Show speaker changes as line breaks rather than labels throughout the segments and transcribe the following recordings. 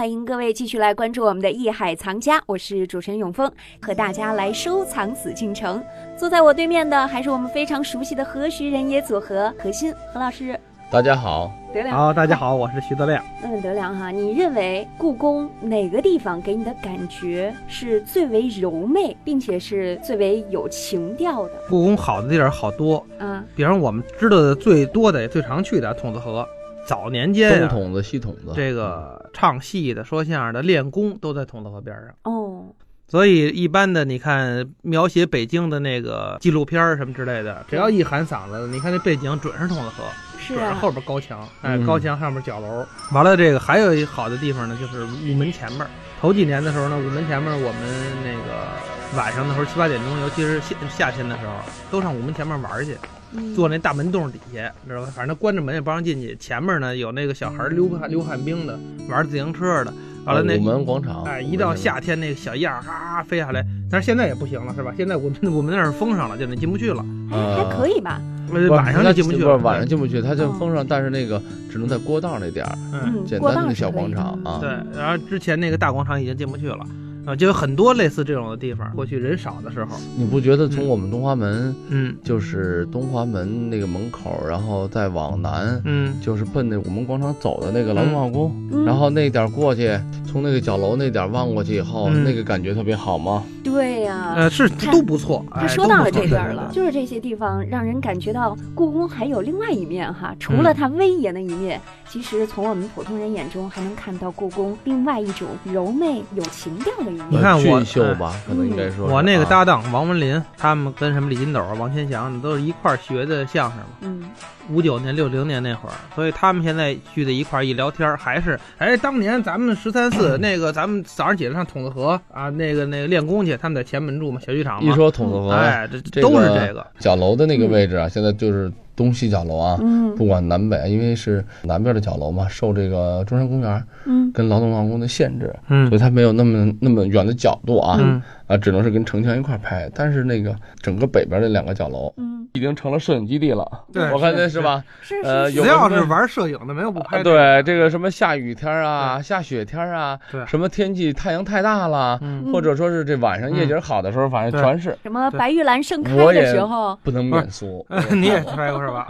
欢迎各位继续来关注我们的《艺海藏家》，我是主持人永峰，和大家来收藏紫禁城。坐在我对面的还是我们非常熟悉的何许人也组合何鑫何老师。
大家好，
德亮，
好，大家好，我是徐德亮。
问嗯问德亮哈，你认为故宫哪个地方给你的感觉是最为柔媚，并且是最为有情调的？
故宫好的地儿好多，
啊，
比方我们知道的最多的、也最常去的筒子河，早年间
东
呀、
筒子西筒子，
啊
呃
这个唱戏的、说相声的、练功都在筒子河边上。
哦，
所以一般的，你看描写北京的那个纪录片儿什么之类的，只要一喊嗓子，你看那背景准是筒子河，
是
准是
啊，
后边高墙，哎，
嗯
高墙上面角楼。完了，这个还有一好的地方呢，就是午门前面儿。头几年的时候呢，午门前面儿我们那个晚上的时候七八点钟，尤其是夏夏天的时候，都上午门前面玩儿去。
嗯
坐那大门洞底下，你知道吧？反正关着门也不让进去。前面呢有那个小孩溜
嗯
旱溜旱冰的，玩自行车的。完了那
哦午门广场，
哎，
午门
一到
那个
夏天那个小燕儿哈哈飞下来，但是现在也不行了，是吧？现在我们我们那儿封上了，就你进不去了，
还哎还可以吧？
呃
不是
晚上
它
就进不去
是
了。
晚上进不去，它就
哦
封上，但是那个只能在过道那点儿，
嗯，
嗯，
简
过
单
道
的
是可
小
以
广
的
场啊
对。然后之前那个大广场已经进不去了，啊，就有很多类似这种的地方。过去人少的时候，
你不觉得从
嗯
我们东华门，
嗯
就是东华门那个门口，然后再往南，
嗯，
就是奔那午门广场走的那个劳动化宫，
嗯
然后那点儿过去，从那个角楼那点儿望过去以后，
嗯
那个感觉特别好吗？
对呀，
呃，是
看
都不错。哎
他说到了这
都不错
边儿
对对
了，
对
就是这些地方让人感觉到故宫还有另外一面哈，除
嗯
了它威严的一面，其实从我们普通人眼中还能看到故宫另外一种柔媚有情调的一
你
面。
看
呃
我嗯
俊秀吧，可能应该说是
我那个
啊
搭档王文林，他们跟什么李金斗、啊王千祥都是一块儿学的相声嘛，
嗯，
五九年、六零年那会儿，所以他们现在聚在一块儿一聊天儿，还是哎，当年咱们十三
嗯
四那个，咱们早上起来上筒子河啊，那个那个练功去，他们在前门住嘛，小剧场
一
嘛，
说筒子河，
哎，
这
这都是这个，
角楼的那个位置啊，现在就是东西角楼啊，
嗯
不管南北，因为是南边的角楼嘛，受这个中山公园
嗯
跟劳动化宫的限制，所
嗯
以它没有那么那么远的角度啊，
嗯，
啊，只能是跟城墙一块儿拍。但是那个整个北边的两个角楼
嗯，
已经成了摄影基地了，
对
我看那是吧？
是
呃
是
有
只
是，
要是玩摄影的，没有不
啊
拍的，
对，这个什么下雨天啊，下雪天啊
对，
什么天气太阳太大了，
嗯，
嗯
或者说是这晚上夜景好的时候，反正
对
全是
什么
对
白玉兰盛开
我
的
也
时候，
嗯不能免俗。
你也拍过是吧？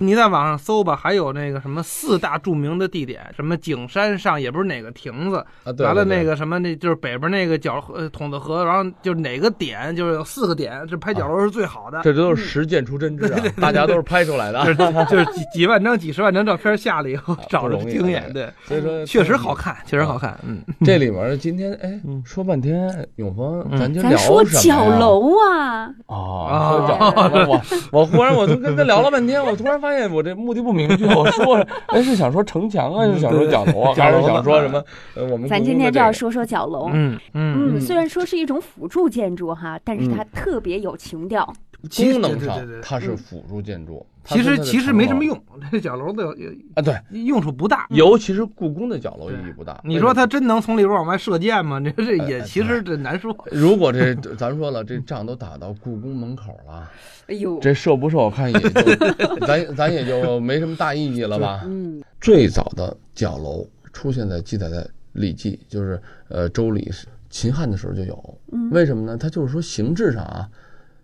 你在网上搜吧，还有那个什么四大著名的地点，什么景山上也不是哪个亭子，
啊，对，
完了
对
那
对
个什么那就是北边那个角呃筒子河，然后就是哪个点就是有四个点，这拍角楼是最好的，
啊这都是实践出真知 啊，大家都是拍出来的啊
就。是就是几几万张、几十万张照片下来以后
啊
找
不
着
容易
经
不容
验，
易
对，
所以说
确实好看，确实好
啊
看，嗯，
这里面今天哎
嗯，
说半天，永峰，
嗯
咱就
咱
聊
说
什
角
么呀？
楼啊，
哦，
啊
说角楼，我我忽然我就跟他聊了半天，我突然发现我这目的不明确，我说 哎是想说城墙啊，
嗯
是想说角楼啊，
对
还是
角楼
想说什么？呃，我们
咱
故宫
今
的
天
这
就要
个
说说角
哦
楼。
嗯嗯，
嗯，虽然说是一种辅助建筑哈，但是它
嗯
特别有情调。
其实
功能
对对
上
对对
它是
嗯
辅助建筑，它
其
跟
实
它的
其实
承
没
诺
什么用，这角楼的有有
啊，对，
用处不大，
尤其是故宫的角楼意义不大。
你说他真能从里边往外射箭吗？ 这这
哎嗯
也其实这难说。
如果这咱说了，这仗都打到故宫门口了，
哎呦，
这射不射我看也就 咱咱也就没什么大意义了吧？
嗯
最早的角楼出现在记载在《礼记》，就是呃《周礼》，秦汉的时候就有。
嗯
为什么呢？它就是说形制上啊，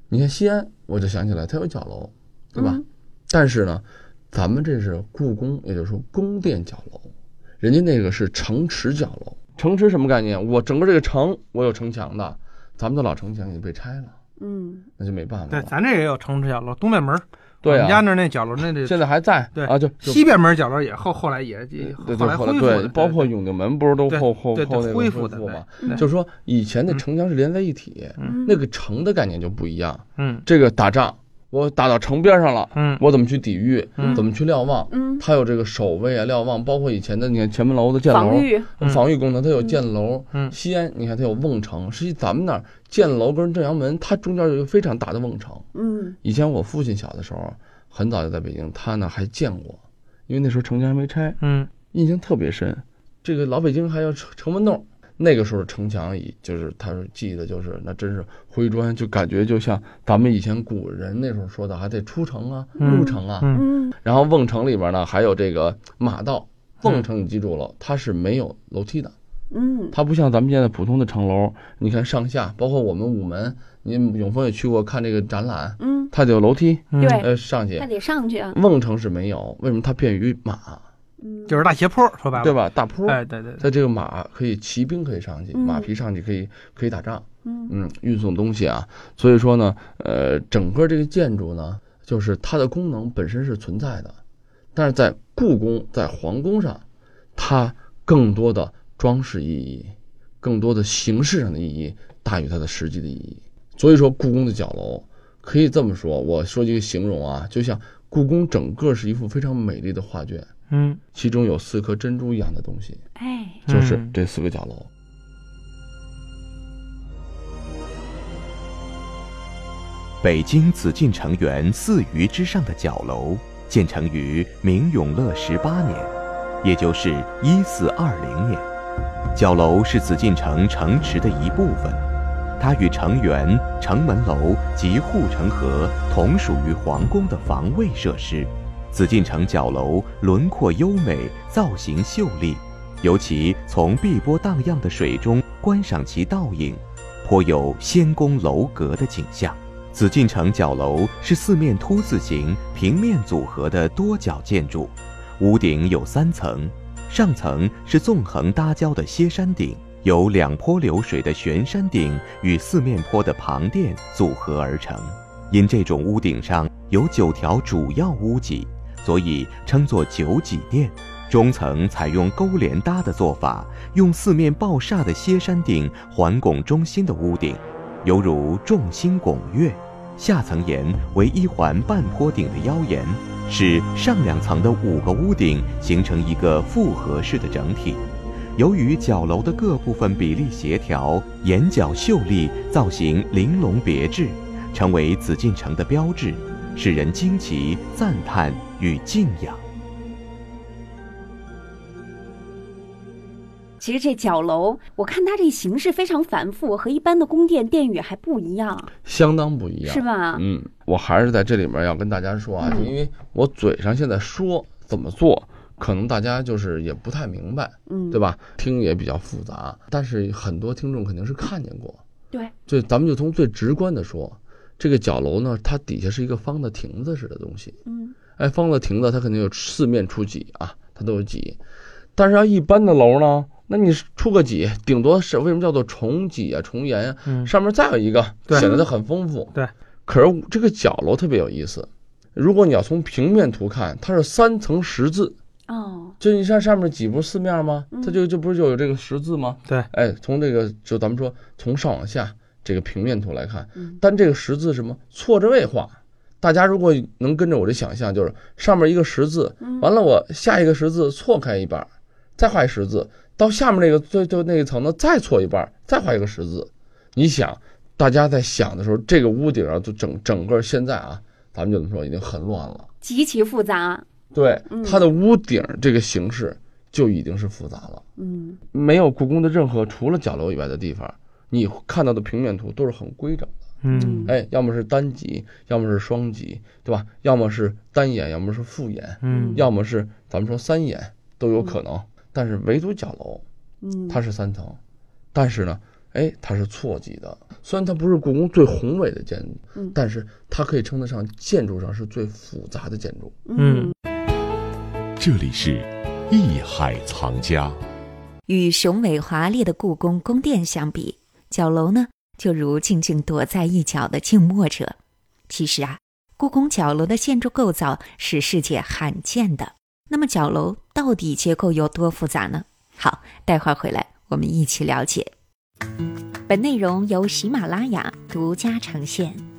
你看西安，我就想起来它有角楼，对吧？
嗯
但是呢，咱们这是故宫，也就是说宫殿角楼，人家那个是城池角楼。城池什么概念？我整个这个城，我有城墙的，咱们的老城墙已经被拆了，
嗯，
那就没办法
对，
了。
咱这也有城池角楼，东北门儿，
对
我们家
啊，
那儿那角楼那这
现在还在
对
啊，就就
西边门儿角楼也后后来也
对
也后
对，
来
后
恢
来
复的，
对，包括永定门不是都
对
后后
对
后
对
那个
恢
恢
复的
嘛？
对
就是说以前的
嗯
城墙是连在一体，
嗯
那个城的概念就不一样。
嗯
这个打仗，我打到城边上了，
嗯
我怎么去抵御？
嗯
怎么去瞭望？
嗯
它有这个守卫啊、瞭望，包括以前的你看前门楼的建
防
楼。
御
嗯
防御功能，它有建楼。
嗯
西安你看它有瓮城，实际咱们那儿建楼跟正阳门，它中间有一个非常大的瓮城。
嗯
以前我父亲小的时候，很早就在北京，他呢还见过，因为那时候城墙还没拆。
嗯
印象特别深。这个老北京还有城城门洞，那个时候城墙已就是他说记得就是那真是灰砖，就感觉就像咱们以前古人那时候说的，还得出城啊、
嗯
入城啊。
嗯
嗯
然后瓮城里边呢还有这个马道，瓮城你记住了，它是没有楼梯的，
嗯，
它不像咱们现在普通的城楼，你看上下，包括我们午门，你永丰也去过看这个展览，
嗯，
它就有楼梯，
嗯
对
呃，上去
哎那。得上去啊，
瓮城是没有，为什么它便于马，
嗯，
就是大斜坡，说白了，
对？吧？大坡，
哎，对对对，
它这个马可以骑兵可以上去，
嗯
马匹上去可以可以打仗，
嗯
嗯，运送东西啊。所以说呢，呃，整个这个建筑呢，就是它的功能本身是存在的，但是在故宫、在皇宫上，它更多的装饰意义，更多的形式上的意义大于它的实际的意义。所以说，故宫的角楼可以这么说，我说一个形容啊，就像故宫整个是一幅非常美丽的画卷，
嗯，
其中有四颗珍珠一样的东西。
哎，
就是
嗯
这四个角楼。
北京紫禁城园四隅之上的角楼，建成于明永乐十八年，也就是一四二零年。角楼是紫禁城城池的一部分，它与城垣、城门楼及护城河同属于皇宫的防卫设施。紫禁城角楼轮廓优美，造型秀丽，尤其从碧波荡漾的水中观赏其倒影，颇有仙宫楼阁的景象。紫禁城角楼是四面凸字形平面组合的多角建筑，屋顶有三层，上层是纵横搭交的歇山顶，由两坡流水的悬山顶与四面坡的旁殿组合而成。因这种屋顶上有九条主要屋脊，所以称作九脊殿。中层采用勾连搭的做法，用四面抱煞的歇山顶环拱中心的屋顶。犹如众星拱月。下层檐为一环半坡顶的腰檐，使上两层的五个屋顶形成一个复合式的整体。由于角楼的各部分比例协调，檐角秀丽，造型玲珑别致，成为紫禁城的标志，使人惊奇、赞叹与敬仰。
其实这角楼，我看它这形式非常繁复，和一般的宫殿殿宇还不一样，
相当不一样，
是？吧？
嗯，我还是在这里面要跟大家说啊，
啊嗯
就因为我嘴上现在说怎么做，可能大家就是也不太明白，
嗯，
对吧？听也比较复杂，但是很多听众肯定是看见过。
对，
这咱们就从最直观的说，这个角楼呢，它底下是一个方的亭子似的东西，
嗯
哎，方的亭子它肯定有四面出脊啊，它都有脊。但是要一般的楼呢，那你出个脊，顶多是为什么叫做重脊啊、重檐啊？
嗯
上面再有一个，
对
显得它很丰富。
对，
可是这个角楼特别有意思。如果你要从平面图看，它是三层十字，
哦，
就你看上面几不是四面吗
嗯？
它就就不是就有这个十字吗？
对，
哎，从这个就咱们说从上往下这个平面图来看，
嗯
但这个十字什么错着位画，大家如果能跟着我这想象，就是上面一个十字，
嗯
完了我下一个十字错开一半儿，再画一十字，到下面那个最最那一层呢再错一半儿，再画一个十字。你想，大家在想的时候，这个屋顶上就整整个现在啊，咱们就这么说已经很乱了。
极其复杂，
对
嗯，
它的屋顶这个形式就已经是复杂了。
嗯
没有故宫的任何除了角楼以外的地方，你看到的平面图都是很规整的。
嗯
哎，要么是单脊，要么是双脊，对吧？要么是单眼，要么是复眼，
嗯
要么是咱们说三眼都有可能。但是唯独角楼
嗯，
它是三层，但是呢，哎，它是错脊的。虽然它不是故宫最宏伟的建筑
嗯，
但是它可以称得上建筑上是最复杂的建筑。
嗯
这里是艺海藏家。
与雄伟华丽的故宫宫殿相比，角楼呢，就如静静躲在一角的静默者。其实啊，故宫角楼的建筑构造是世界罕见的。那么，角楼到底结构有多复杂呢？好，待会儿回来我们一起了解。本内容由喜马拉雅独家呈现。